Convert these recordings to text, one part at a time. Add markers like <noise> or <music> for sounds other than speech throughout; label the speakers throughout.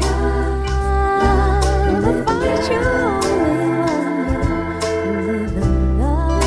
Speaker 1: Love, find you only one.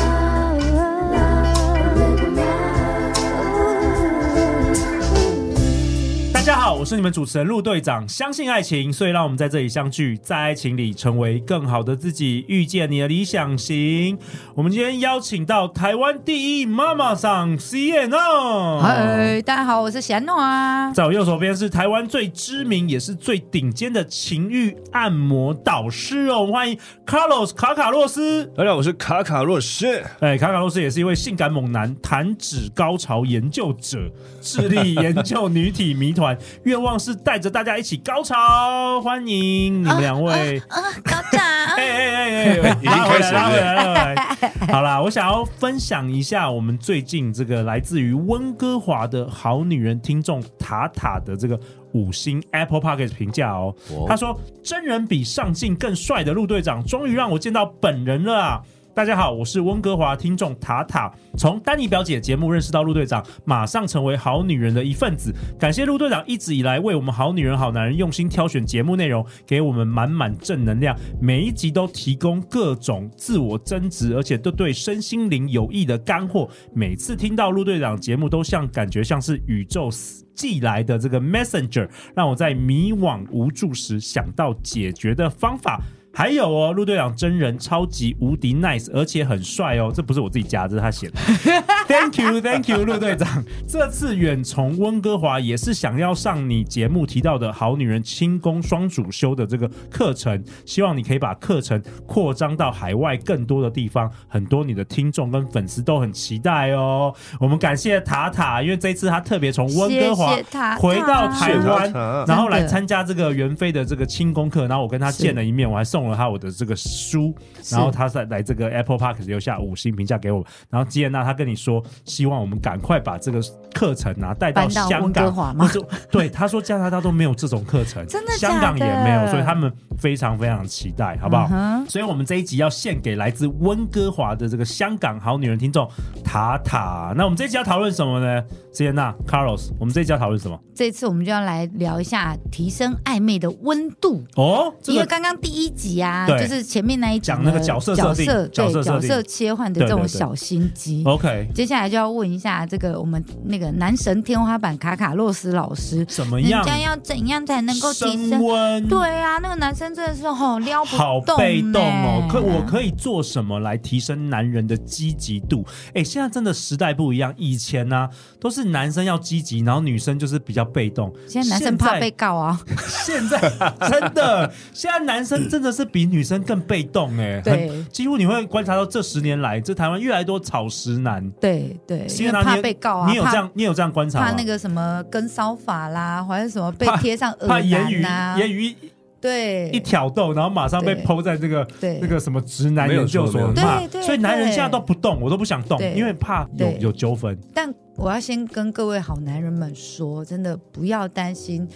Speaker 1: Live in love, live in love.
Speaker 2: 大家好，我是你们主持人陆队长。相信爱情，所以让我们在这里相聚，在爱情里成为更好的自己，遇见你的理想型。我们今天邀请到台湾第一妈妈桑 C N O。呃
Speaker 3: 嗨，呃大家好，我是喜安诺啊。
Speaker 2: 在我右手边是台湾最知名也是最顶尖的情欲按摩导师哦，我们欢迎 Carlos 卡卡洛斯。
Speaker 4: 大家好，我是卡卡洛斯。
Speaker 2: 哎，卡卡洛斯也是一位性感猛男、弹指高潮研究者，致力研究女体谜团，愿望是带着大家一起高潮。欢迎你们两位。
Speaker 3: 高长，
Speaker 2: 哎哎哎哎，
Speaker 4: 已经
Speaker 2: 拉回来，
Speaker 4: 开始
Speaker 2: 拉
Speaker 4: 了
Speaker 2: 回来，拉回来。 <laughs> 好啦，我想要分享一下我们最近这个来自于温哥华的好女人听众塔塔的这个五星 Apple p o c k e t 评价哦。他说：“真人比上镜更帅的陆队长，终于让我见到本人了啊！”大家好，我是温哥华听众塔塔。从丹尼表姐节目认识到陆队长，马上成为好女人的一份子。感谢陆队长一直以来为我们好女人、好男人用心挑选节目内容，给我们满满正能量。每一集都提供各种自我增值，而且都对身心灵有益的干货。每次听到陆队长节目，都像感觉像是宇宙寄来的这个 messenger，让我在迷惘无助时想到解决的方法。还有哦，陆队长真人超级无敌 nice，而且很帅哦。这不是我自己加的，这是他写的。Thank <laughs> you, Thank you，陆队长。这次远从温哥华，也是想要上你节目提到的好女人轻功双主修的这个课程，希望你可以把课程扩张到海外更多的地方，很多你的听众跟粉丝都很期待哦。我们感谢塔塔，因为这一次他特别从温哥华
Speaker 3: 谢谢塔塔
Speaker 2: 回到台
Speaker 4: 谢
Speaker 2: 湾
Speaker 4: 谢塔塔，
Speaker 2: 然后来
Speaker 3: 真的
Speaker 2: 参加这个袁飞的这个轻功课，然后我跟他见了一面，我还送了他我的这个书，然后他在来这个 Apple Park 留下五星评价给我，然后吉安娜她跟你说，希望我们赶快把这个课程啊带
Speaker 3: 搬到
Speaker 2: 香
Speaker 3: 温哥
Speaker 2: 港，
Speaker 3: 华吗 <laughs>
Speaker 2: 或者对，他说加拿大都没有这种课程，
Speaker 3: 真的
Speaker 2: 香港
Speaker 3: 假
Speaker 2: 也
Speaker 3: 的
Speaker 2: 没有，所以他们非常非常期待，好不好？
Speaker 3: 嗯
Speaker 2: 所以，我们这一集要献给来自温哥华的这个香港好女人听众塔塔。那我们这一集要讨论什么呢？吉安娜、Carlos，我们这一集要讨论什么？
Speaker 3: 这次我们就要来聊一下提升暧昧的温度。
Speaker 2: 哦，这
Speaker 3: 因为
Speaker 2: 个
Speaker 3: 刚刚第一集啊，
Speaker 2: 对
Speaker 3: 就是前面那一集
Speaker 2: 讲那个
Speaker 3: 呢
Speaker 2: 角色设
Speaker 3: 角
Speaker 2: 定
Speaker 3: 色
Speaker 2: 角色
Speaker 3: 对角
Speaker 2: 设定
Speaker 3: 色切换的
Speaker 2: 对哦
Speaker 3: 这
Speaker 2: 对
Speaker 3: 种
Speaker 2: 对
Speaker 3: 小心机。
Speaker 2: OK，
Speaker 3: 接下来就要问一下这个我们那个男神天花板卡卡洛斯老师，
Speaker 2: 怎么
Speaker 3: 人
Speaker 2: 样？
Speaker 3: 家要怎样才能够提
Speaker 2: 升
Speaker 3: 升？
Speaker 2: 温，
Speaker 3: 对啊，那个男生真的是吼撩不
Speaker 2: 好
Speaker 3: 动欸
Speaker 2: 被动哦
Speaker 3: 呢。
Speaker 2: 可我可以做什么来提升男人的积极度？哎，现在真的时代不一样，以前呢、都是男生要积极，然后女生就是比较被动。
Speaker 3: 现在男生怕被告啊。
Speaker 2: 现在真的，现在男生真的是比女生更被动哎、很
Speaker 3: 对
Speaker 2: 几乎你会观察到这十年来，这台湾越来越多草食男。
Speaker 3: 对对，因为
Speaker 2: 现在
Speaker 3: 怕
Speaker 2: 你
Speaker 3: 被告啊，
Speaker 2: 你有
Speaker 3: 怕
Speaker 2: 这样，你有这样观察吗？
Speaker 3: 怕那个什么跟骚法啦，还是什么被
Speaker 2: 怕
Speaker 3: 贴上
Speaker 2: 怕
Speaker 3: 恶
Speaker 2: 言语
Speaker 3: 男啊呐、
Speaker 2: 言语
Speaker 3: 对
Speaker 2: 一挑逗，然后马上被
Speaker 3: 对
Speaker 2: 剖在这个
Speaker 3: 对
Speaker 2: 那个什么直男研究所
Speaker 4: 没有错没有
Speaker 3: 错
Speaker 2: 骂
Speaker 3: 对，对
Speaker 2: 所以男人
Speaker 3: 对
Speaker 2: 现在都不动，我都不想动
Speaker 3: 对，
Speaker 2: 因为怕有
Speaker 3: 对
Speaker 2: 有纠纷。
Speaker 3: 但我要先跟各位好男人们说，真的不要担心。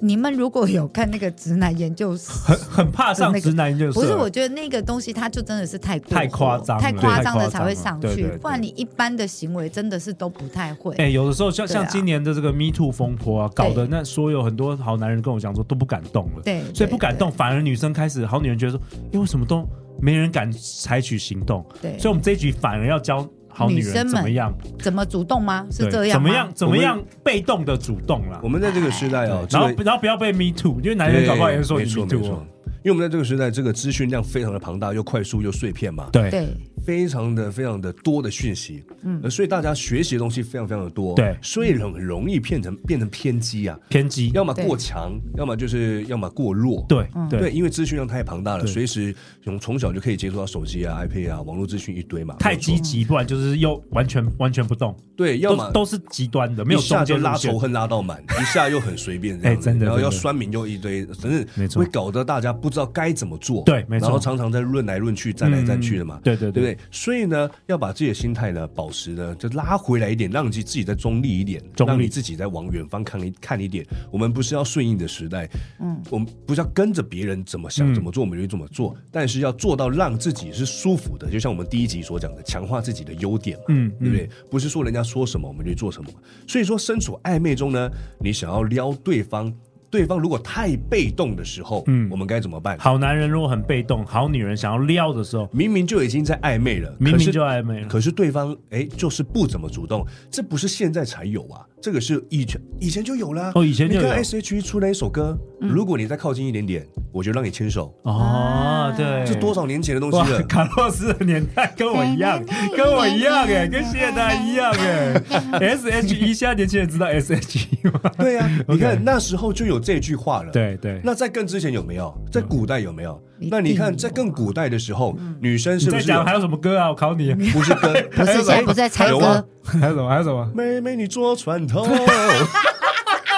Speaker 3: 你们如果有看那个直男研究所，
Speaker 2: 很怕上直男就是
Speaker 3: 不是，我觉得那个东西它就真的是太过火
Speaker 2: 太夸张了
Speaker 3: 太夸张
Speaker 2: 对太夸
Speaker 3: 了
Speaker 2: 张
Speaker 3: 才会上
Speaker 2: 了对
Speaker 3: 去
Speaker 2: 对对，
Speaker 3: 不然你一般的行为真的是都不太会。
Speaker 2: 哎、有的时候像、
Speaker 3: 对啊
Speaker 2: 像今年的这个 Me Too 风波啊，搞得那所有很多好男人跟我讲说都不敢动了，
Speaker 3: 对
Speaker 2: 所
Speaker 3: 对
Speaker 2: 以不敢动，反而女生开始好女人觉得说，因、为为什么都没人敢采取行动，
Speaker 3: 对
Speaker 2: 所以我们这一局反而要教好女
Speaker 3: 女生
Speaker 2: 人
Speaker 3: 们
Speaker 2: 怎么样，
Speaker 3: 怎么主动吗？是
Speaker 2: 对
Speaker 3: 这样
Speaker 2: 怎么
Speaker 3: 吗
Speaker 2: 样怎么样被动的主动啦
Speaker 4: 我，们在这个时代哦，
Speaker 2: 哎然后
Speaker 4: 这个
Speaker 2: 然后不要被 Me Too，因为男人搞不好也是说
Speaker 4: 没
Speaker 2: 你 Me
Speaker 4: 错没
Speaker 2: Too，哦
Speaker 4: 错。因为我们在这个时代，这个资讯量非常的庞大，又快速又碎片嘛，
Speaker 2: 对
Speaker 3: 对
Speaker 4: 非常的非常的多的讯息，嗯，所以大家学习的东西非常非常的多，
Speaker 2: 对
Speaker 4: 所以很很容易变成变成偏激啊，
Speaker 2: 偏激，
Speaker 4: 要么
Speaker 3: 对
Speaker 4: 过强，要么就是要么过弱，
Speaker 2: 对
Speaker 3: 嗯
Speaker 4: 对，
Speaker 2: 对，
Speaker 4: 因为资讯量太庞大了，
Speaker 2: 对
Speaker 4: 随时从从小就可以接触到手机啊、iPad 啊，网络资讯一堆嘛，
Speaker 2: 太
Speaker 4: 没有错
Speaker 2: 积极，不然就是又完全完全不动，
Speaker 4: 对，要
Speaker 2: 都
Speaker 4: 么
Speaker 2: 都是极端的，没有
Speaker 4: 一下
Speaker 2: 中
Speaker 4: 就
Speaker 2: 间
Speaker 4: 拉
Speaker 2: 路线
Speaker 4: 仇恨拉到满，一下又很
Speaker 2: <laughs>
Speaker 4: 随便这样子，
Speaker 2: 哎真的
Speaker 4: 然后要
Speaker 2: 真的
Speaker 4: 酸民又一堆，真是
Speaker 2: 没错
Speaker 4: 会搞得大家不知道该怎么做，
Speaker 2: 对没错
Speaker 4: 然后常常在论来论去，战来战去的嘛，
Speaker 2: 对对
Speaker 4: 对不
Speaker 2: 对
Speaker 4: 对？所以呢，要把自己的心态呢，保持呢，就拉回来一点，让你自己自己再中立一点，
Speaker 2: 中立
Speaker 4: 让你自己再往远方看一看一点。我们不是要顺应的时代，嗯，我们不是要跟着别人怎么想、
Speaker 2: 嗯
Speaker 4: 怎么做，我们就怎么做，但是要做到让自己是舒服的。就像我们第一集所讲的，强化自己的优点嘛，
Speaker 2: 嗯
Speaker 4: 对不对？不是说人家说什么我们就做什么。所以说，身处暧昧中呢，你想要撩对方，对方如果太被动的时候，
Speaker 2: 嗯
Speaker 4: 嗯，我们该怎么办？
Speaker 2: 好男人如果很被动，好女人想要撩的时候，
Speaker 4: 明明就已经在暧昧了，
Speaker 2: 明
Speaker 4: 可
Speaker 2: 明
Speaker 4: 是
Speaker 2: 就暧昧了。
Speaker 4: 可是对方哎，就是不怎么主动，这不是现在才有啊，这个是以前以前就有啦。
Speaker 2: 哦以前就有嗯
Speaker 4: 你看 S.H.E 出那一首歌，如果你再靠近一点点，我就让你牵手，
Speaker 3: 啊
Speaker 2: 哦，对，
Speaker 4: 这多少年前的东
Speaker 2: 哇
Speaker 4: 西，了。
Speaker 2: 卡洛斯的年代跟我一样，跟我一样哎、跟现在一样哎、S H E，现在年轻人知道 S H E 吗？
Speaker 4: 对呀、啊，
Speaker 2: <laughs>
Speaker 4: 你
Speaker 2: OK
Speaker 4: 看那时候就有这句话了。。
Speaker 2: 对对，
Speaker 4: 那在更之前有没有？在古代有没有？
Speaker 3: 嗯
Speaker 4: 那
Speaker 3: 一
Speaker 4: 你
Speaker 3: 定
Speaker 4: 看，
Speaker 3: 有
Speaker 4: 在更古代的时候，女生是
Speaker 2: 你
Speaker 4: 不
Speaker 2: 再
Speaker 4: 是
Speaker 2: 讲
Speaker 4: 有
Speaker 2: 还有什么歌啊？我考
Speaker 4: <laughs>
Speaker 2: 你，
Speaker 4: 不是
Speaker 2: <laughs>
Speaker 4: 歌？
Speaker 3: 不是现在不是在猜
Speaker 4: 有啊吗
Speaker 3: 歌，
Speaker 2: 还有什么？还有什么？
Speaker 4: 妹妹你坐
Speaker 2: <laughs>
Speaker 4: 船头，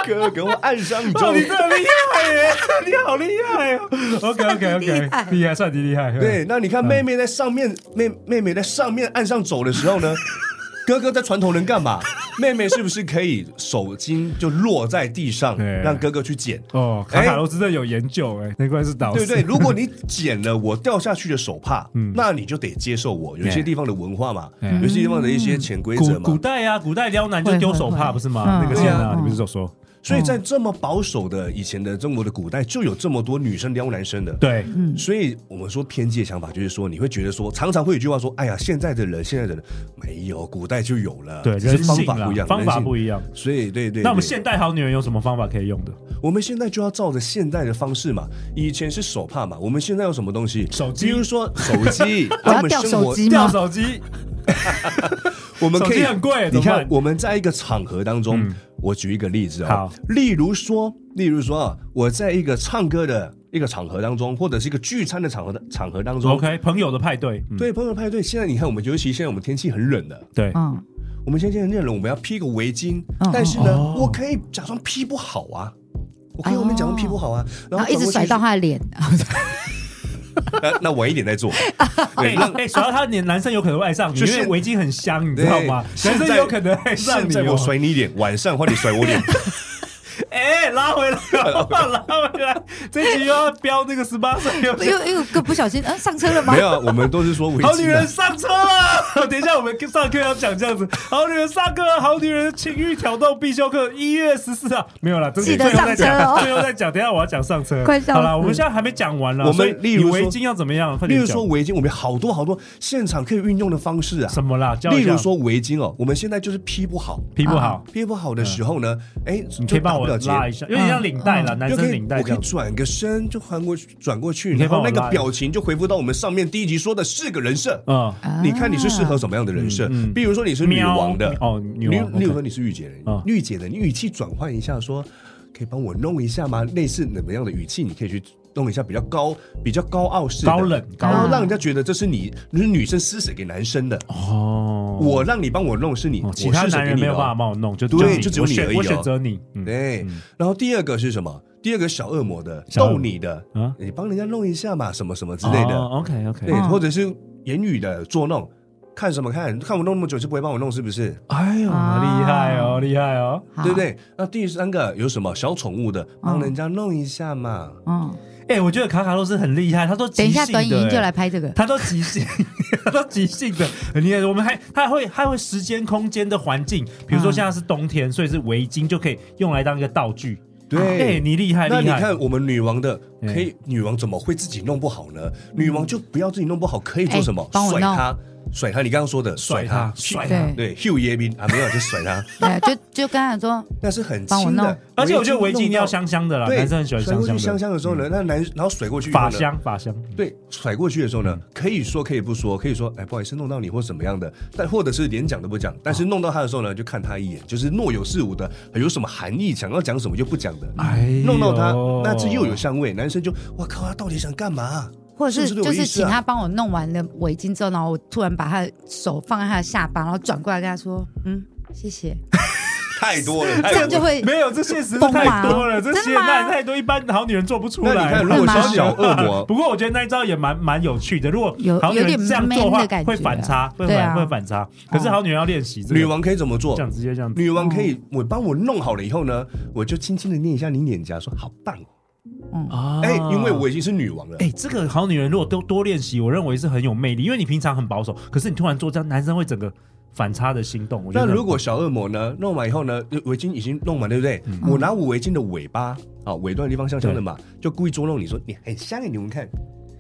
Speaker 4: 哥哥我爱上你
Speaker 2: 哦，你真的厉害耶！ <laughs> 你好厉害哦！OK OK
Speaker 3: <laughs> 厉
Speaker 2: OK，
Speaker 3: 害
Speaker 2: 厉害，算你厉害。
Speaker 4: 对，，那你
Speaker 2: 嗯
Speaker 4: 看妹妹在上面，妹妹妹在上面岸上走的
Speaker 2: <laughs>
Speaker 4: 时候呢，哥哥在船头能干嘛？妹妹是不是可以手巾就落在地上
Speaker 2: 对，
Speaker 4: 让哥哥去捡？
Speaker 2: 哦，卡
Speaker 4: 哎
Speaker 2: 卡罗斯真的有研究哎，难怪是嗯导师。
Speaker 4: 对不对？如果你捡了我掉下去的手帕，那你就得接受我。有些地方的文化嘛，有些地方的一些潜规则
Speaker 2: 古古
Speaker 4: 嘛。
Speaker 2: 代啊，古代撩男就丢手
Speaker 3: 会
Speaker 2: 帕
Speaker 3: 会
Speaker 2: 不是吗？
Speaker 3: 嗯，
Speaker 2: 那个线
Speaker 4: 对
Speaker 2: 啊
Speaker 4: 啊，
Speaker 2: 你们是有说
Speaker 4: 所以在
Speaker 2: 哦
Speaker 4: 这么保守的以前的中国的古代，就有这么多女生撩男生的。
Speaker 2: 对，
Speaker 4: 所以我们说偏见想法，就是说你会觉得说，常常会有一句话说，哎呀，现在的人，现在的人没有，古代就有了，
Speaker 2: 对，
Speaker 4: 只是
Speaker 2: 人
Speaker 4: 方
Speaker 2: 性
Speaker 4: 法
Speaker 2: 啦
Speaker 4: 不一样，
Speaker 2: 方法不
Speaker 4: 样。
Speaker 2: 一样。
Speaker 4: 所以对对，
Speaker 2: 那我们
Speaker 4: 对
Speaker 2: 现代好女人有什么方法可以用的？
Speaker 4: 我们现在就要照着现代的方式嘛，以前是手帕嘛，我们现在有什么东西？
Speaker 2: 手机
Speaker 4: 比如说手
Speaker 2: <laughs>
Speaker 4: 机
Speaker 3: 我
Speaker 4: 我
Speaker 3: 要
Speaker 4: 们
Speaker 3: 掉
Speaker 4: 生
Speaker 3: 手
Speaker 4: 活，
Speaker 3: 机
Speaker 2: 掉
Speaker 3: 吗？
Speaker 2: 手机，
Speaker 4: 我们可
Speaker 2: 手
Speaker 4: 以
Speaker 2: 机很贵
Speaker 4: 你
Speaker 2: 怎么
Speaker 4: 看
Speaker 2: 办，
Speaker 4: 我们在一个场合当中，
Speaker 2: 嗯
Speaker 4: 我举一个例子啊、
Speaker 2: 好
Speaker 4: 例如说，例如说啊，我在一个唱歌的一个场合当中，或者是一个聚餐的场合的场合当中
Speaker 2: OK，朋友的派对，嗯
Speaker 4: 对，朋友派对，现在你看，我们尤其现在我们天气很冷的，
Speaker 2: 对，
Speaker 4: 啊
Speaker 3: 嗯，
Speaker 4: 我们现在天气很冷，我们要披个围巾，
Speaker 3: 嗯
Speaker 4: 但是呢，
Speaker 2: 哦
Speaker 4: 我可以假装披不好啊，我可以我们假装披不好啊，然
Speaker 3: 然
Speaker 4: 后
Speaker 3: 后一
Speaker 4: 转
Speaker 3: 直
Speaker 4: 过去
Speaker 3: 甩
Speaker 4: <laughs>
Speaker 3: 到他的脸，
Speaker 4: 那那晚一点再
Speaker 3: <laughs>
Speaker 4: 做，
Speaker 2: 哎
Speaker 4: 对，
Speaker 2: <laughs>
Speaker 4: 让
Speaker 2: 哎，甩到他脸，男生有可能会爱上你，因
Speaker 4: 就是
Speaker 2: 为围巾很香，你知
Speaker 4: 对
Speaker 2: 道吗？男
Speaker 4: 现
Speaker 2: 生
Speaker 4: 在
Speaker 2: 有可能爱上
Speaker 4: 现
Speaker 2: 你
Speaker 4: 在我
Speaker 2: 哦。
Speaker 4: 甩你脸，晚上换你甩
Speaker 3: <laughs>
Speaker 4: 我脸，
Speaker 2: 哎，拉回来，拉回来，这集又要标那个十八岁，又
Speaker 3: 因为因为个不小心，嗯，上车了吗
Speaker 4: <laughs> 没？有啊，我们都是说围巾、啊。
Speaker 2: 好女人上车了！ <laughs> 等一下，我们上课要讲这样子。好女人上课，好女人情欲挑逗必修课，一月十四号没有啦，这是
Speaker 3: 记得
Speaker 2: 最后再
Speaker 3: 上车
Speaker 2: 讲，
Speaker 3: 哦
Speaker 2: 最后再讲。等一下我要讲上车，
Speaker 3: 快笑死
Speaker 2: 好啦，我们现在还没讲完啦。
Speaker 4: 我们
Speaker 2: 所以
Speaker 4: 例如
Speaker 2: 你
Speaker 4: 说
Speaker 2: 围巾要怎么样？快
Speaker 4: 例
Speaker 2: 点
Speaker 4: 如
Speaker 2: 讲
Speaker 4: 说围巾，我们有好多好多现场可以运用的方式啊。
Speaker 2: 什么啦？教一
Speaker 4: 例
Speaker 2: 下
Speaker 4: 如说围巾哦，我们现在就是披不好，
Speaker 2: 皮肤好，
Speaker 4: 披不好的时候呢，哎、
Speaker 2: 你可
Speaker 4: 就
Speaker 2: 以帮
Speaker 4: 打不
Speaker 2: 我
Speaker 4: 了结。嗯
Speaker 2: 拉一下，有点像领带啦，男
Speaker 4: 就可
Speaker 2: 生
Speaker 4: 以
Speaker 2: 领带
Speaker 4: 我
Speaker 2: 这
Speaker 4: 可以
Speaker 2: 样子。
Speaker 4: 转个身就翻过去，转过去，
Speaker 2: 你可以
Speaker 4: 然
Speaker 2: 帮
Speaker 4: 后
Speaker 2: 我
Speaker 4: 那个
Speaker 2: 拉一下
Speaker 4: 表情就回复到我们上面第一集说的四个人设。
Speaker 2: 嗯，
Speaker 4: 你看你是适合什么样的人设？
Speaker 2: 嗯嗯
Speaker 4: 比如说你是女王的
Speaker 2: 喵哦女王
Speaker 4: 例如
Speaker 2: OK
Speaker 4: 说你是御姐
Speaker 2: 嗯
Speaker 4: 的，御姐的，你语气转换一下说，可以帮我弄一下吗？类似怎么样的语气，你可以去弄一下比较高、比较高傲式的、
Speaker 2: 高冷高
Speaker 4: 然后
Speaker 3: 冷
Speaker 4: 让人家觉得这是你，你是女生施舍给男生的。
Speaker 2: 哦，
Speaker 4: 我让你帮我弄是你，
Speaker 2: 哦
Speaker 4: 我
Speaker 2: 其他
Speaker 4: 施舍
Speaker 2: 男
Speaker 4: 给
Speaker 2: 人
Speaker 4: 你
Speaker 2: 没有
Speaker 4: 的哦
Speaker 2: 办法帮我弄，就
Speaker 4: 对
Speaker 2: 你
Speaker 4: 就只有
Speaker 2: 我
Speaker 4: 你
Speaker 2: 选
Speaker 4: 而已
Speaker 2: 我选
Speaker 4: 哦
Speaker 2: 择你，嗯，
Speaker 4: 对，然后第二个是什么？第二个小恶魔的
Speaker 2: 小恶魔
Speaker 4: 逗你的
Speaker 2: 啊，哦
Speaker 4: 你帮人家弄一下嘛，什么什么之类的，
Speaker 2: OK OK，
Speaker 4: 对，
Speaker 3: 嗯
Speaker 4: 或者是言语的捉弄，看什么看？看我弄那么久就不会帮我弄，是不是？
Speaker 2: 哎呦，厉害哦，厉害哦！
Speaker 3: 啊好哦
Speaker 4: 对不？对？那第三个有什么小宠物的，帮人家弄一下嘛。
Speaker 3: 嗯，
Speaker 2: 哎、我觉得卡卡洛斯很厉害，他都即
Speaker 3: 等一下，
Speaker 2: 兴的
Speaker 3: 短影音就
Speaker 2: 哎
Speaker 3: 来拍这个。
Speaker 2: 他都即兴， <laughs> 他都即兴的很厉害。我们还他还会他会时间空间的环境，比如说
Speaker 3: 嗯
Speaker 2: 现在是冬天，所以是围巾就可以用来当一个道具。哎、
Speaker 4: 对，
Speaker 2: 你厉害
Speaker 4: 那
Speaker 2: 厉
Speaker 4: 你
Speaker 2: 害
Speaker 4: 看！我们女王的，
Speaker 2: 嗯
Speaker 4: 可以女王怎么会自己弄不好呢？女王就不要自己弄不好，可以做什么
Speaker 3: 哎？帮我
Speaker 4: 甩
Speaker 3: 弄
Speaker 4: 他，甩他！你刚刚说的，
Speaker 2: 甩
Speaker 4: 甩
Speaker 2: 他
Speaker 4: 他，
Speaker 2: 甩
Speaker 3: 对
Speaker 2: 他，
Speaker 4: 对，Hugh 耶宾啊，没有就甩他，
Speaker 3: 对，就就刚才
Speaker 4: <laughs>
Speaker 3: 说，
Speaker 4: 那是很
Speaker 3: 帮我
Speaker 4: 轻
Speaker 3: 弄
Speaker 4: 的。
Speaker 2: 而且我觉得围巾一定要
Speaker 4: 弄到
Speaker 2: 香香的啦，啊
Speaker 4: 对，
Speaker 2: 男生很喜欢
Speaker 4: 甩
Speaker 2: 香
Speaker 4: 过
Speaker 2: 香
Speaker 4: 去香
Speaker 2: 的。
Speaker 4: 香的时候呢，那男然后甩过去以后
Speaker 2: 法
Speaker 4: 呢，
Speaker 2: 香，法香，
Speaker 4: 对，甩过去的时候呢，可以说可以不说，可以说哎不好意思弄到你或怎么样的，但或者是连讲都不
Speaker 2: 啊
Speaker 4: 讲，但是弄到他的时候呢，就看他一眼，就是若有似无的，有什么含义想要讲什么就不讲的，
Speaker 2: 哎呦
Speaker 4: 弄到他，那这又有香味，男生就我靠，他到底想干嘛？
Speaker 3: 或者
Speaker 4: 是
Speaker 3: 是
Speaker 4: 不是
Speaker 3: 就
Speaker 4: 有意
Speaker 3: 是
Speaker 4: 思
Speaker 3: 请
Speaker 4: 啊
Speaker 3: 他帮我弄完了围巾之后，
Speaker 4: <laughs>
Speaker 3: 然后我突然把他的手放在他的下巴，然后转过来跟他说：“嗯，谢谢。”
Speaker 4: 太多了，哎
Speaker 3: 这
Speaker 4: 太
Speaker 3: 样
Speaker 4: 多
Speaker 3: 就
Speaker 4: 了。
Speaker 3: 会
Speaker 2: 没有，这现实是
Speaker 3: 懂吗
Speaker 2: 太多了，这
Speaker 3: 啊真的
Speaker 2: 现在
Speaker 3: 吗
Speaker 2: 太多，一般好女人做不出
Speaker 4: 那
Speaker 2: 来。
Speaker 4: 你看，如果
Speaker 3: 干
Speaker 4: 是
Speaker 3: 嘛
Speaker 4: 小恶魔，
Speaker 2: 不过我觉得那一招也蛮蛮有趣的，如果
Speaker 3: 有
Speaker 2: 好女
Speaker 3: 有
Speaker 2: 人
Speaker 3: 点
Speaker 2: 这样做的
Speaker 3: man
Speaker 2: 话
Speaker 3: 的感，觉啊
Speaker 2: 会反差，会
Speaker 3: 对
Speaker 2: 反
Speaker 3: 啊
Speaker 2: 会反差。可是好女人要练习这个
Speaker 4: 女王可以怎么做
Speaker 2: 这？样直接这样子，
Speaker 4: 女王可
Speaker 3: 哦
Speaker 4: 以，我帮我弄好了以后呢，我就轻轻的捏一下你脸颊，说好棒哦。
Speaker 2: 啊
Speaker 4: 哎，因为我已经是女王了
Speaker 2: 哎、。这个好女人如果都多练习，我认为是很有魅力，因为你平常很保守，可是你突然做这样，男生会整个反差的心动。我觉
Speaker 4: 那
Speaker 2: 得
Speaker 4: 如果小恶魔呢，弄完以后呢，围巾已经弄完，对不对？
Speaker 2: 嗯
Speaker 4: 我拿我围巾的尾巴啊，尾端的地方香香的嘛，就故意捉弄你说你很香哎，你们看，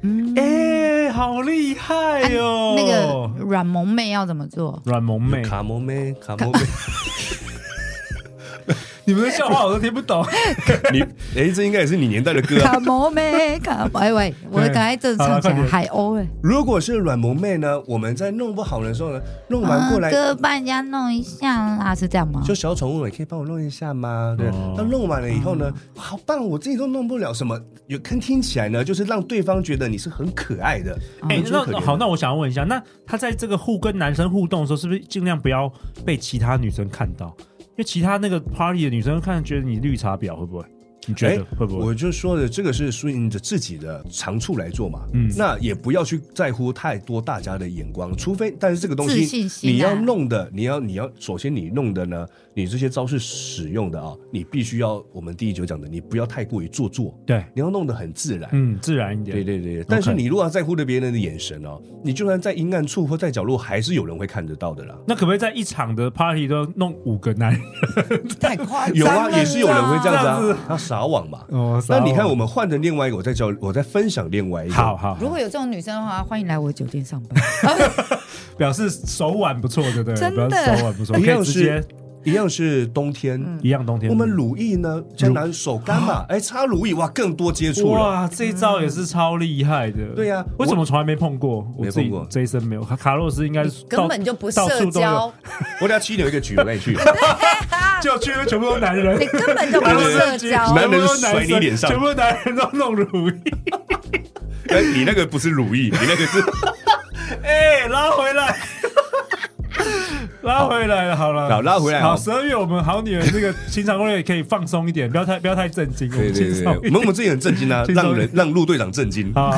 Speaker 3: 嗯，
Speaker 2: 哎、好厉害
Speaker 3: 啊
Speaker 2: 哟、
Speaker 3: 那个软萌妹要怎么做？
Speaker 2: 软萌妹，
Speaker 4: 卡莫妹，
Speaker 2: <laughs>
Speaker 4: 卡莫妹，
Speaker 2: 你们的笑话我都听不懂。
Speaker 4: <laughs> 你哎，这应该也是你年代的歌啊。
Speaker 3: 卡莫妹，卡莫哎喂，我赶快这唱
Speaker 2: 好
Speaker 3: 起
Speaker 2: 了快
Speaker 3: 来，
Speaker 2: 点
Speaker 3: 海鸥哎，
Speaker 4: 如果是软萌妹呢，我们在弄不好的时候呢，弄完过来
Speaker 3: 嗯哥帮人家弄一下啦，是这样吗？
Speaker 4: 说小宠物，你可以帮我弄一下吗？对
Speaker 2: 哦，
Speaker 4: 那、弄完了以后呢，好棒，我自己都弄不了什么。有看听起来呢，就是让对方觉得你是很可爱的。
Speaker 2: 哎、
Speaker 4: 楚可怜
Speaker 2: 那好，那我想要问一下，那他在这个互跟男生互动的时候，是不是尽量不要被其他女生看到？因为其他那个 party 的女生看，觉得你绿茶婊会不会？你觉得
Speaker 4: 哎
Speaker 2: 会不会？
Speaker 4: 我就说的这个是顺着自己的长处来做嘛，
Speaker 2: 嗯
Speaker 4: 那也不要去在乎太多大家的眼光，除非但是这个东
Speaker 3: 自
Speaker 4: 西
Speaker 3: 信心啊
Speaker 4: 你要弄的，你要你要首先你弄的呢，你这些招式使用的啊，你必须要我们第一九讲的，你不要太过于做作，
Speaker 2: 对，
Speaker 4: 你要弄得很自然。
Speaker 2: 嗯，自然一
Speaker 4: 对
Speaker 2: 点。
Speaker 4: 对对，但是你如果要在乎着别人的眼神哦，你就算在阴暗处或在角落，还是有人会看得到的啦。
Speaker 2: 那可不可以在一场的 party 都弄五个男人？
Speaker 3: 太夸
Speaker 4: 有啊，也是有人会这样子
Speaker 2: 这样
Speaker 4: 啊，他撒网嘛。
Speaker 2: 哦
Speaker 4: 那你看，我们换成另外一个，我再教，我再分享另外一个。
Speaker 2: 好好，
Speaker 3: 如果有这种女生的话，欢迎来我酒店上
Speaker 4: <laughs>
Speaker 3: 班。
Speaker 2: 表示手腕不错，对不对？
Speaker 3: 真的
Speaker 2: 表示手腕不错，
Speaker 4: 一
Speaker 2: 可以
Speaker 4: 样
Speaker 2: 直接
Speaker 4: 哎是一样是冬天，
Speaker 2: 一样冬天。
Speaker 4: 我们乳液呢，先拿手干嘛？哎，擦乳液哇，更多接触了。
Speaker 2: 啊哇，这一招也是超厉害的。
Speaker 4: 对呀
Speaker 2: 为什么从来没碰过？我自己
Speaker 4: 没碰过
Speaker 2: 这一生没有。卡卡洛斯应该是到
Speaker 3: 根本就不
Speaker 2: 到
Speaker 3: 社
Speaker 2: 处都有
Speaker 3: 交，
Speaker 4: 我等下七点有 <laughs> 一个局，我带
Speaker 2: <laughs>
Speaker 4: 你去。
Speaker 2: 就去全部都是男人
Speaker 4: <laughs>
Speaker 3: 你。根本就不
Speaker 4: 对对
Speaker 3: 社
Speaker 4: 对
Speaker 3: 交。
Speaker 4: 男人甩你脸上
Speaker 2: 全部都男人都弄如意。 <laughs>
Speaker 4: 哎，你那个不是乳液，你那个是
Speaker 2: 哎，拉回来， <laughs> 拉回来了，好了，
Speaker 4: 好拉回来哦
Speaker 2: 好，
Speaker 4: 好
Speaker 2: 十二月我们好女人这个情场攻略可以放松一点，不要太不要太震惊，我们轻松一
Speaker 4: 我
Speaker 2: 点
Speaker 4: 们我们自己很震惊啊，
Speaker 2: 轻松
Speaker 4: 让人让陆队长震惊。
Speaker 2: 啊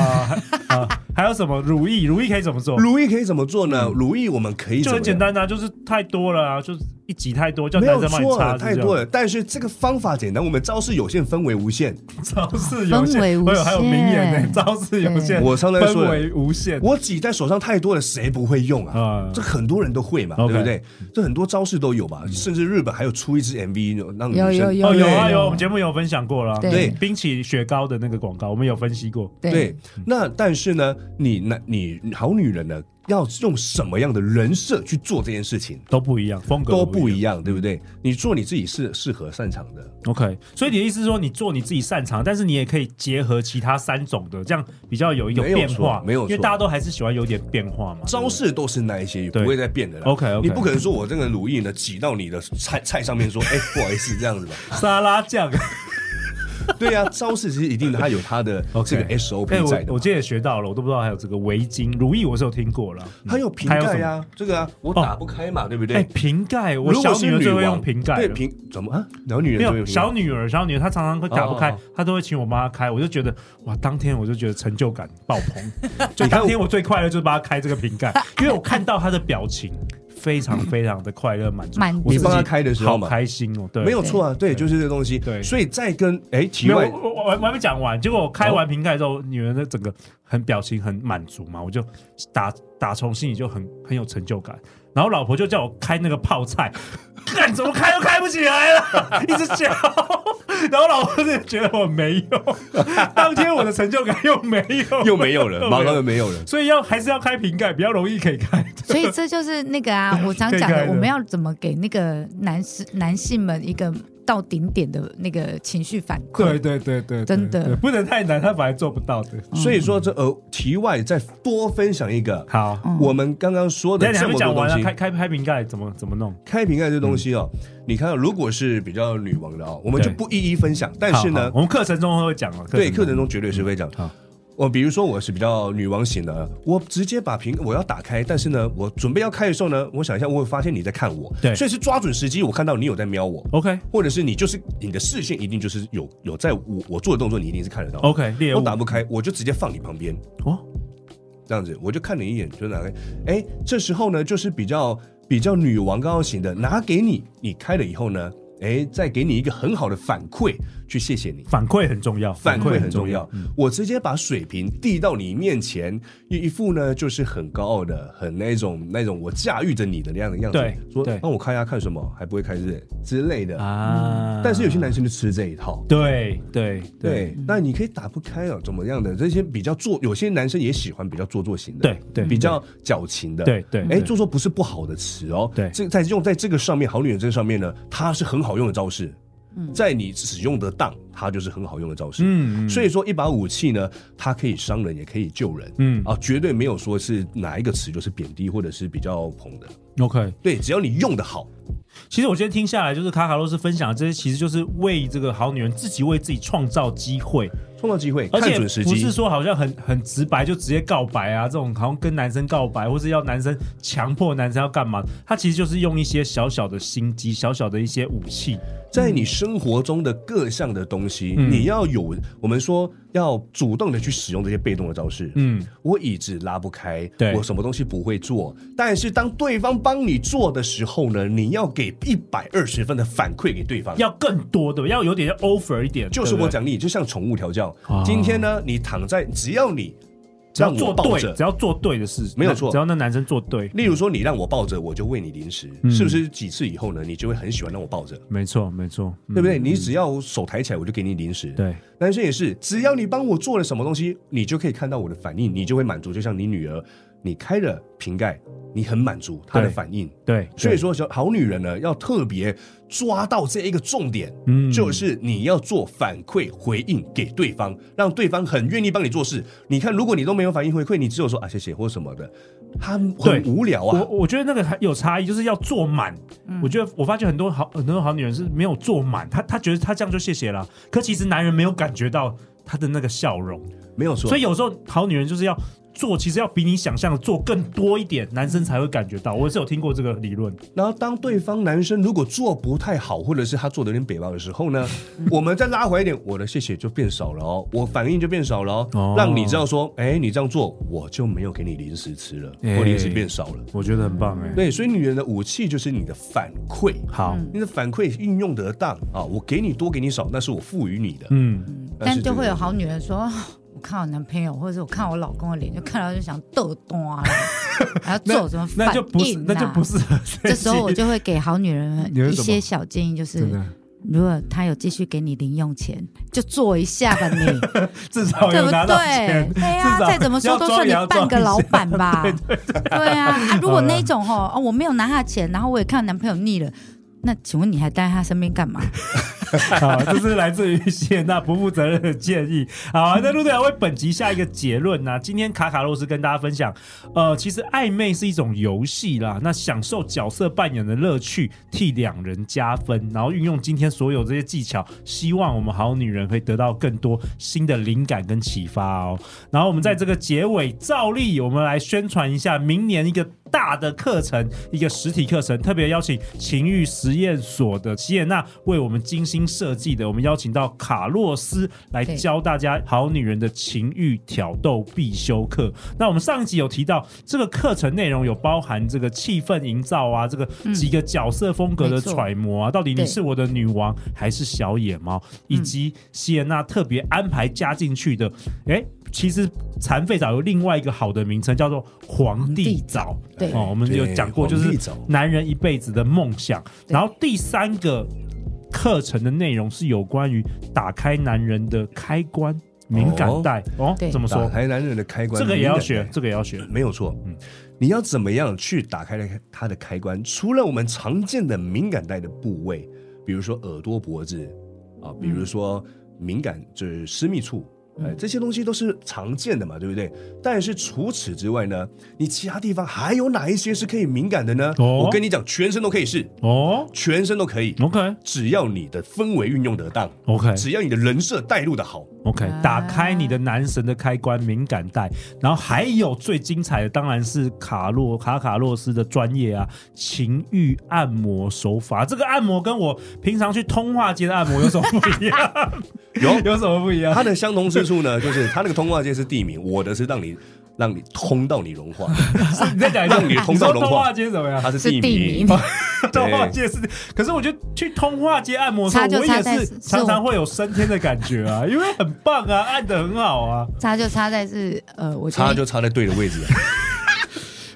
Speaker 2: 啊！还有什么如意？如意可以怎么做？
Speaker 4: 乳液可以怎么做呢？乳液我们可以
Speaker 2: 嗯就
Speaker 4: 怎么
Speaker 2: 很
Speaker 4: 样
Speaker 2: 简单啊，就是太多了啊，就是一集太多，叫
Speaker 4: 没
Speaker 2: 男
Speaker 4: 有
Speaker 2: 生帮你
Speaker 4: 错
Speaker 2: 擦，
Speaker 4: 了，
Speaker 2: 是
Speaker 4: 太
Speaker 2: 这样
Speaker 4: 多了。但是这个方法简单，我们招式有限，氛围无限。
Speaker 2: 招式有限，哎
Speaker 3: 氛围无
Speaker 2: 还有还有名言呢、
Speaker 3: 限
Speaker 2: 招式有限，
Speaker 4: 对我常常说的
Speaker 2: 氛围无限。
Speaker 4: 我挤在手上太多了，谁不会用啊
Speaker 2: 啊？
Speaker 4: 这很多人都会嘛，
Speaker 2: OK
Speaker 4: 对不对？这很多招式都有吧，甚至日本还有出一支 MV 让女
Speaker 3: 有
Speaker 4: 生
Speaker 3: 有有
Speaker 2: 哦，有啊
Speaker 3: 对
Speaker 2: 有，我们节目有分享过了啊，
Speaker 3: 对
Speaker 4: 对
Speaker 2: 冰淇淋雪糕的那个广告，我们有分析过。
Speaker 4: 对，
Speaker 2: 嗯
Speaker 4: 那但是呢，你那你好女人呢，要用什么样的人设去做这件事情？
Speaker 2: 都不一样，嗯风格
Speaker 4: 都
Speaker 2: 不
Speaker 4: 不
Speaker 2: 一
Speaker 4: 一样，对不对？你做你自己是适合擅长的，
Speaker 2: OK，所以你的意思是说，你做你自己擅长，但是你也可以结合其他三种的，这样比较有一种
Speaker 4: 没有
Speaker 2: 变化，
Speaker 4: 错没有错
Speaker 2: 因为大家都还是喜欢有点变
Speaker 4: <laughs>
Speaker 2: 化嘛。
Speaker 4: 招式都是那一些，
Speaker 2: 对
Speaker 4: 不会再变的啦。
Speaker 2: OK，OK
Speaker 4: 你不可能说我这个乳液呢挤到你的菜菜上面说，哎，不好意思，这样子吧。
Speaker 2: 沙拉酱，哎
Speaker 4: 对啊，招式其实一定它有它的这个
Speaker 2: OK 哎
Speaker 4: SOP 在
Speaker 2: 我
Speaker 4: 的
Speaker 2: 我
Speaker 4: 嘛。
Speaker 2: 今天也学到了，我都不知道还有这个围巾，如意我是有听过了，嗯
Speaker 4: 还有瓶
Speaker 2: 还有
Speaker 4: 盖
Speaker 2: 什
Speaker 4: 啊，这个啊，我打不开嘛，对不
Speaker 2: 哎、
Speaker 4: 对？
Speaker 2: 瓶盖，我
Speaker 4: 如
Speaker 2: 小
Speaker 4: 果是
Speaker 2: 女儿
Speaker 4: 女
Speaker 2: 最会用
Speaker 4: 王，
Speaker 2: 瓶盖
Speaker 4: 对
Speaker 2: 了
Speaker 4: 瓶怎么啊？然后女
Speaker 2: 没
Speaker 4: 人都
Speaker 2: 有
Speaker 4: 有瓶
Speaker 2: 小
Speaker 4: 盖，
Speaker 2: 女儿，小女儿她常常会打不开，
Speaker 4: 哦哦
Speaker 2: 她都会请我妈开，我就觉得哇，当天我就觉得成就感爆
Speaker 4: <laughs>
Speaker 2: 棚。就
Speaker 4: 你看
Speaker 2: 当天我最快乐就是帮她开这个瓶盖，因为我看到她的表情非常非常的快乐满足
Speaker 3: 满，
Speaker 2: 我
Speaker 3: 足
Speaker 2: 自己
Speaker 4: 你帮她开的时候
Speaker 2: 好
Speaker 4: 嘛
Speaker 2: 开心哦，对，
Speaker 4: 没有错啊，对，就是这个东西。
Speaker 2: 对
Speaker 4: 所以再跟哎，题
Speaker 2: 没有，
Speaker 4: 外
Speaker 2: 我我我还我还没讲完，结果我开完瓶盖之后，女人的整个很表情很满足嘛，我就打打从心里就很很有成就感。然后老婆就叫我开那个泡菜， <laughs> 干怎么开都开不起来了， <laughs> 一直叫。然后老婆就觉得我没用， <laughs> 当天我的成就感又没有，
Speaker 4: 又没有
Speaker 2: <laughs>
Speaker 4: 了，马上
Speaker 2: 又
Speaker 4: 又
Speaker 2: 没
Speaker 4: 没有了
Speaker 2: 有。所以要还是要开瓶盖，比较容易可以开。
Speaker 4: <laughs>
Speaker 3: 所以这就是那个啊，我常
Speaker 2: <laughs>
Speaker 3: 讲
Speaker 2: 可以开
Speaker 3: 的，
Speaker 2: 的
Speaker 3: 我们要怎么给那个男士男性们一个到顶点的那个情绪反馈。
Speaker 2: 对对对对，对
Speaker 3: 真的
Speaker 2: 对不能太难，他反而做不到的。
Speaker 4: 所以说这呃，题外再多分享一个，
Speaker 2: 嗯好，嗯
Speaker 4: 我们刚刚说
Speaker 2: 等
Speaker 4: 的
Speaker 2: 一下你还没
Speaker 4: 这么
Speaker 2: 讲
Speaker 4: 多
Speaker 2: 完
Speaker 4: 东
Speaker 2: 啊，
Speaker 4: 西
Speaker 2: 开，开开瓶盖怎么怎么弄？
Speaker 4: 开瓶盖这东西哦，你看，如果是比较女王的哦，我们就
Speaker 2: 对
Speaker 4: 不一一分享。但是
Speaker 2: 好
Speaker 4: 呢
Speaker 2: 好，我们课程中会讲哦，
Speaker 4: 对
Speaker 2: 程中
Speaker 4: 课程中绝对是会讲
Speaker 2: 好。
Speaker 4: 我比如说我是比较女王型的，我直接把屏我要打开，但是呢，我准备要开的时候呢，我想一下，我会发现你在看我，
Speaker 2: 对
Speaker 4: 所以是抓准时机，我看到你有在瞄我，
Speaker 2: OK
Speaker 4: 或者是你就是你的视线一定就是有有在我我做的动作，你一定是看得到的。
Speaker 2: OK，猎物
Speaker 4: 我打不开，我就直接放你旁边，
Speaker 2: 哦，
Speaker 4: 这样子，我就看你一眼，就拿开。哎，这时候呢，就是比较比较女王刚刚型的，拿给你，你开了以后呢，哎，再给你一个很好的反馈，去谢谢你。
Speaker 2: 反馈很重要，嗯
Speaker 4: 反馈很重要，我直接把水瓶递到你面前，一一副呢就是很高傲的，很那种那种我驾驭着你的那样的样子，
Speaker 2: 对
Speaker 4: 说
Speaker 2: 对
Speaker 4: 让我看一下看什么，还不会开日之类的。
Speaker 2: 啊。
Speaker 4: 嗯但是有些男生就吃这一套，
Speaker 2: 对对嗯
Speaker 4: 对，那你可以打不开哦，怎么样的？这些比较做，有些男生也喜欢比较做作型的，
Speaker 2: 对对
Speaker 4: 比较矫情的，
Speaker 2: 对对
Speaker 4: 哎，
Speaker 2: 对
Speaker 4: 做作不是不好的词哦，
Speaker 2: 对
Speaker 4: 这在用在这个上面，好女人这上面呢，它是很好用的招式，在你使用得当，它就是很好用的招式，
Speaker 2: 嗯嗯嗯
Speaker 4: 所以说一把武器呢，它可以伤人，也可以救人，
Speaker 2: 嗯
Speaker 4: 啊，绝对没有说是哪一个词就是贬低或者是比较捧的，
Speaker 2: ，OK。
Speaker 4: 对，只要你用的好，
Speaker 2: 其实我今天听下来，就是卡卡洛斯分享的这些，其实就是为这个好女人自己为自己创造机会，
Speaker 4: 创造机会，
Speaker 2: 而
Speaker 4: 看
Speaker 2: 且
Speaker 4: 准时
Speaker 2: 不是
Speaker 4: 机，
Speaker 2: 说好像很很直白就直接告白啊，这种好像跟男生告白，或是要男生强迫男生要干嘛，他其实就是用一些小小的心机、小小的一些武器。
Speaker 4: 在你生活中的各项的东西，
Speaker 2: 嗯
Speaker 4: 你要有我们说要主动的去使用这些被动的招式。
Speaker 2: 嗯，
Speaker 4: 我椅子拉不开，
Speaker 2: 对
Speaker 4: 我什么东西不会做，但是当对方帮你做的时候呢，你要给一百二十分的反馈给对方。
Speaker 2: 要更多对吧？要有点要 offer 一点，
Speaker 4: 就是
Speaker 2: 对不
Speaker 4: 我
Speaker 2: 对，
Speaker 4: 奖励，就像宠物调教
Speaker 2: 哦。
Speaker 4: 今天呢，你躺在，只要你
Speaker 2: 只要
Speaker 4: 让我
Speaker 2: 做
Speaker 4: 抱
Speaker 2: 对，
Speaker 4: 着
Speaker 2: 只，要做对的事，
Speaker 4: 没有错
Speaker 2: 只要那男生做对，
Speaker 4: 例如说你让我抱着，我就喂你零食，
Speaker 2: 嗯
Speaker 4: 是不是？几次以后呢，你就会很喜欢让我抱着，
Speaker 2: 没错没错，嗯
Speaker 4: 对不对？你只要手抬起来，我就给你零食。
Speaker 2: 对，
Speaker 4: 男生也是，只要你帮我做了什么东西，你就可以看到我的反应，你就会满足。就像你女儿，你开了瓶盖，你很满足她的
Speaker 2: 对
Speaker 4: 反应。
Speaker 2: 对，
Speaker 4: 所以
Speaker 2: 对，
Speaker 4: 说，小好女人呢，要特别抓到这一个重点，
Speaker 2: 嗯
Speaker 4: 就是你要做反馈回应给对方，让对方很愿意帮你做事。你看，如果你都没有反应回馈，你只有说啊谢谢或什么的，他
Speaker 2: 对
Speaker 4: 很无聊啊
Speaker 2: 我。我觉得那个还有差异，就是要做满。
Speaker 3: 嗯
Speaker 2: 我觉得我发现很多好很多好女人是没有做满，她她觉得她这样就谢谢了，可其实男人没有感觉到她的那个笑容，
Speaker 4: 没有错，
Speaker 2: 所以有时候好女人就是要。做其实要比你想象的做更多一点，男生才会感觉到。我是有听过这个理论，
Speaker 4: 然后当对方男生如果做不太好，或者是他做的有点北方的时候呢，
Speaker 2: 嗯
Speaker 4: 我们再拉回来一点，我的谢谢就变少了哦，我反应就变少了哦，
Speaker 2: 哦
Speaker 4: 让你知道说，哎，你这样做我就没有给你零食吃了，
Speaker 2: 哎
Speaker 4: 我零食变少了。
Speaker 2: 我觉得很棒哎、
Speaker 4: 对，所以女人的武器就是你的反馈，
Speaker 2: 好，
Speaker 4: 你的反馈运用得当啊，我给你多给你少，那是我赋予你的。
Speaker 2: 嗯，
Speaker 3: 但就会有
Speaker 4: 这个
Speaker 3: 好女人说。哦我看我男朋友，或者是我看我老公的脸，就看到就想豆
Speaker 2: <laughs>
Speaker 3: 端啊，还要做什么反应、
Speaker 2: 那
Speaker 3: 啊
Speaker 2: 就不是，那就不是。
Speaker 3: 这时候我就会给好女人
Speaker 2: <laughs> 你会
Speaker 3: 一
Speaker 2: 什么
Speaker 3: 些小建议，就是
Speaker 2: 真的
Speaker 3: 如果她有继续给你零用钱，就做一下吧你，
Speaker 2: 至少
Speaker 3: 对
Speaker 2: 哦有
Speaker 3: 不
Speaker 2: 拿到钱
Speaker 3: 对，？对
Speaker 2: <laughs>
Speaker 3: 呀、
Speaker 2: 至少
Speaker 3: 再怎么说都算你半个老板吧。
Speaker 2: <laughs> 要装也要装一下
Speaker 3: 对呀、啊，如果那一种哦，哦我没有拿他的钱，然后我也看男朋友腻了，那请问你还待在他身边干嘛？
Speaker 2: <laughs> 好，这是来自于谢娜不负责任的建议。好，那陆队长为本集下一个结论呢、今天卡卡洛斯跟大家分享，呃，其实暧昧是一种游戏啦，那享受角色扮演的乐趣，替两人加分，然后运用今天所有这些技巧，希望我们好女人可以得到更多新的灵感跟启发哦。然后我们在这个结尾，照例我们来宣传一下明年一个大的课程，一个实体课程，特别邀请情欲实验所的齐野娜为我们精心设计的，我们邀请到卡洛斯来
Speaker 3: 对
Speaker 2: 教大家好女人的情欲挑逗必修课。那我们上一集有提到，这个课程内容有包含这个气氛营造啊，这个几个角色风格的
Speaker 3: 没错
Speaker 2: 揣摩啊，到底你
Speaker 3: 对
Speaker 2: 是我的女王还是小野猫，以及西耶娜特别安排加进去的，哎、其实残废藻有另外一个好的名称，叫做皇帝藻。
Speaker 3: 对
Speaker 2: 哦，我们有讲过，就
Speaker 4: 对皇
Speaker 2: 是
Speaker 4: 帝藻
Speaker 2: 男人一辈子的梦想。
Speaker 3: 对
Speaker 2: 然后第三个课程的内容是有关于打开男人的开关敏感带哦
Speaker 3: 对
Speaker 2: 怎么
Speaker 4: 打
Speaker 2: 说？
Speaker 4: 开男人的开关，
Speaker 2: 这个也要
Speaker 4: 敏感
Speaker 2: 学
Speaker 4: 带，
Speaker 2: 这个也要学。
Speaker 4: 没有错，你要怎么样去打开它它的开关？除了我们常见的敏感带的部位，比如说耳朵、脖子啊，比如说敏感就是私密处
Speaker 2: 嗯
Speaker 4: 哎，这些东西都是常见的嘛，对不对？但是除此之外呢，你其他地方还有哪一些是可以敏感的呢？
Speaker 2: 哦
Speaker 4: 我跟你讲，全身都可以试，
Speaker 2: 哦
Speaker 4: 全身都可以，
Speaker 2: ，OK
Speaker 4: 只要你的氛围运用得当，
Speaker 2: OK
Speaker 4: 只要你的人设带入的好，
Speaker 2: OK，打开你的男神的开关敏感带，然后还有最精彩的当然是卡洛卡卡洛斯的专业啊，情欲按摩手法。这个按摩跟我平常去通化街的按摩有什么不一样？
Speaker 4: 有
Speaker 2: 有什么不一样？
Speaker 4: 它的相同之处呢， <laughs> 就是它那个通话界是地名，我的是让你让你通到你融化，
Speaker 2: <laughs> 你再讲一下，
Speaker 4: 让你通啊道
Speaker 2: 你
Speaker 4: 融
Speaker 2: 说通
Speaker 4: 化
Speaker 2: 化街怎么样？
Speaker 3: <laughs>
Speaker 4: 它
Speaker 3: 是
Speaker 4: 是
Speaker 3: 地
Speaker 4: 名
Speaker 3: 名。。
Speaker 2: 通化街是，可是我觉得去通化街按摩的时候，
Speaker 3: 差就
Speaker 2: 我也
Speaker 3: 差在
Speaker 2: 是
Speaker 3: 是
Speaker 2: 常常会有升天的感觉啊，因为很棒啊，按的很好啊。
Speaker 3: 差就差在是呃，我觉
Speaker 4: 插就
Speaker 3: 得
Speaker 4: 插在对的位置，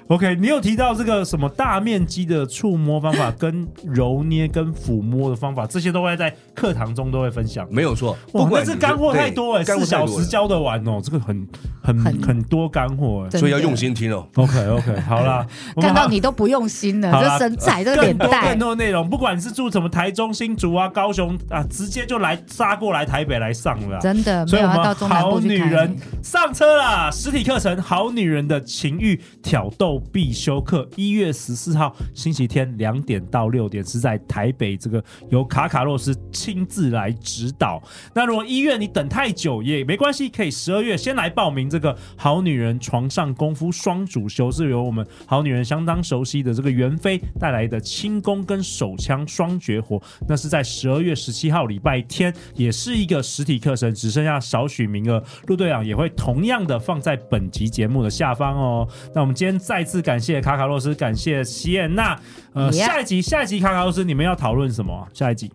Speaker 2: OK，你有提到这个什么大面积的触摸方法、跟揉捏、跟抚摸的方法，这些都会在课堂中都会分享。
Speaker 4: 没有错。
Speaker 2: 哇
Speaker 4: 不，管
Speaker 2: 但是
Speaker 4: 你
Speaker 2: 干货太多哎、
Speaker 4: 对干
Speaker 2: 四
Speaker 4: 货太
Speaker 2: 小
Speaker 4: 多
Speaker 2: 时
Speaker 4: 了，
Speaker 2: 教得完哦，这个很很
Speaker 3: 很
Speaker 2: 很多干货哎、
Speaker 3: 真的
Speaker 4: 所以要用心听哦。
Speaker 2: OK OK，好
Speaker 3: <laughs>
Speaker 2: 啦，我们
Speaker 3: 看到
Speaker 2: 好
Speaker 3: 你都不用心了，
Speaker 2: 好啦
Speaker 3: 这身材这个
Speaker 2: 更
Speaker 3: 脸
Speaker 2: 多
Speaker 3: 蛋
Speaker 2: 更，多内容，不管是住什么台中、新竹啊、高雄啊，直接就来杀过来台北来上了啊、
Speaker 3: 真的
Speaker 2: 所以
Speaker 3: 没有
Speaker 2: 我
Speaker 3: 要
Speaker 2: 们
Speaker 3: 到中南
Speaker 2: 好
Speaker 3: 部
Speaker 2: 女
Speaker 3: 去看
Speaker 2: 人
Speaker 3: 欸。
Speaker 2: 上车啦！实体课程《好女人的情欲挑逗必修课》，一月十四号星期天两点到六点是在台北这个由卡卡洛斯亲自来指导。那如果一月你等太久也没关系，可以十二月先来报名这个《好女人床上功夫双主修》，是由我们好女人相当熟悉的这个袁飞带来的轻功跟手枪双绝活，那是在十二月十七号礼拜天，也是一个实体课程，只剩下少许名额。陆队长也会同样的放在本集节目的下方哦。那我们今天再次感谢卡卡洛斯，感谢西燕娜。呃
Speaker 3: Yeah
Speaker 2: 下一集下一集卡卡洛斯，你们要讨论什么啊？下一集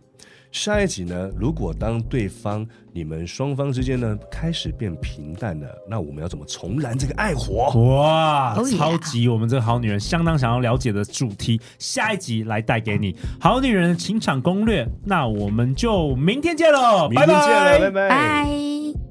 Speaker 4: 下一集呢，如果当对方你们双方之间呢开始变平淡了，那我们要怎么重燃这个爱火？
Speaker 2: 哇
Speaker 3: Oh yeah
Speaker 2: 超级我们这个好女人相当想要了解的主题，下一集来带给你好女人的情场攻略。那我们就明天见喽，
Speaker 4: 明天见了，
Speaker 2: 拜
Speaker 3: 哎
Speaker 4: 拜拜。
Speaker 3: 拜。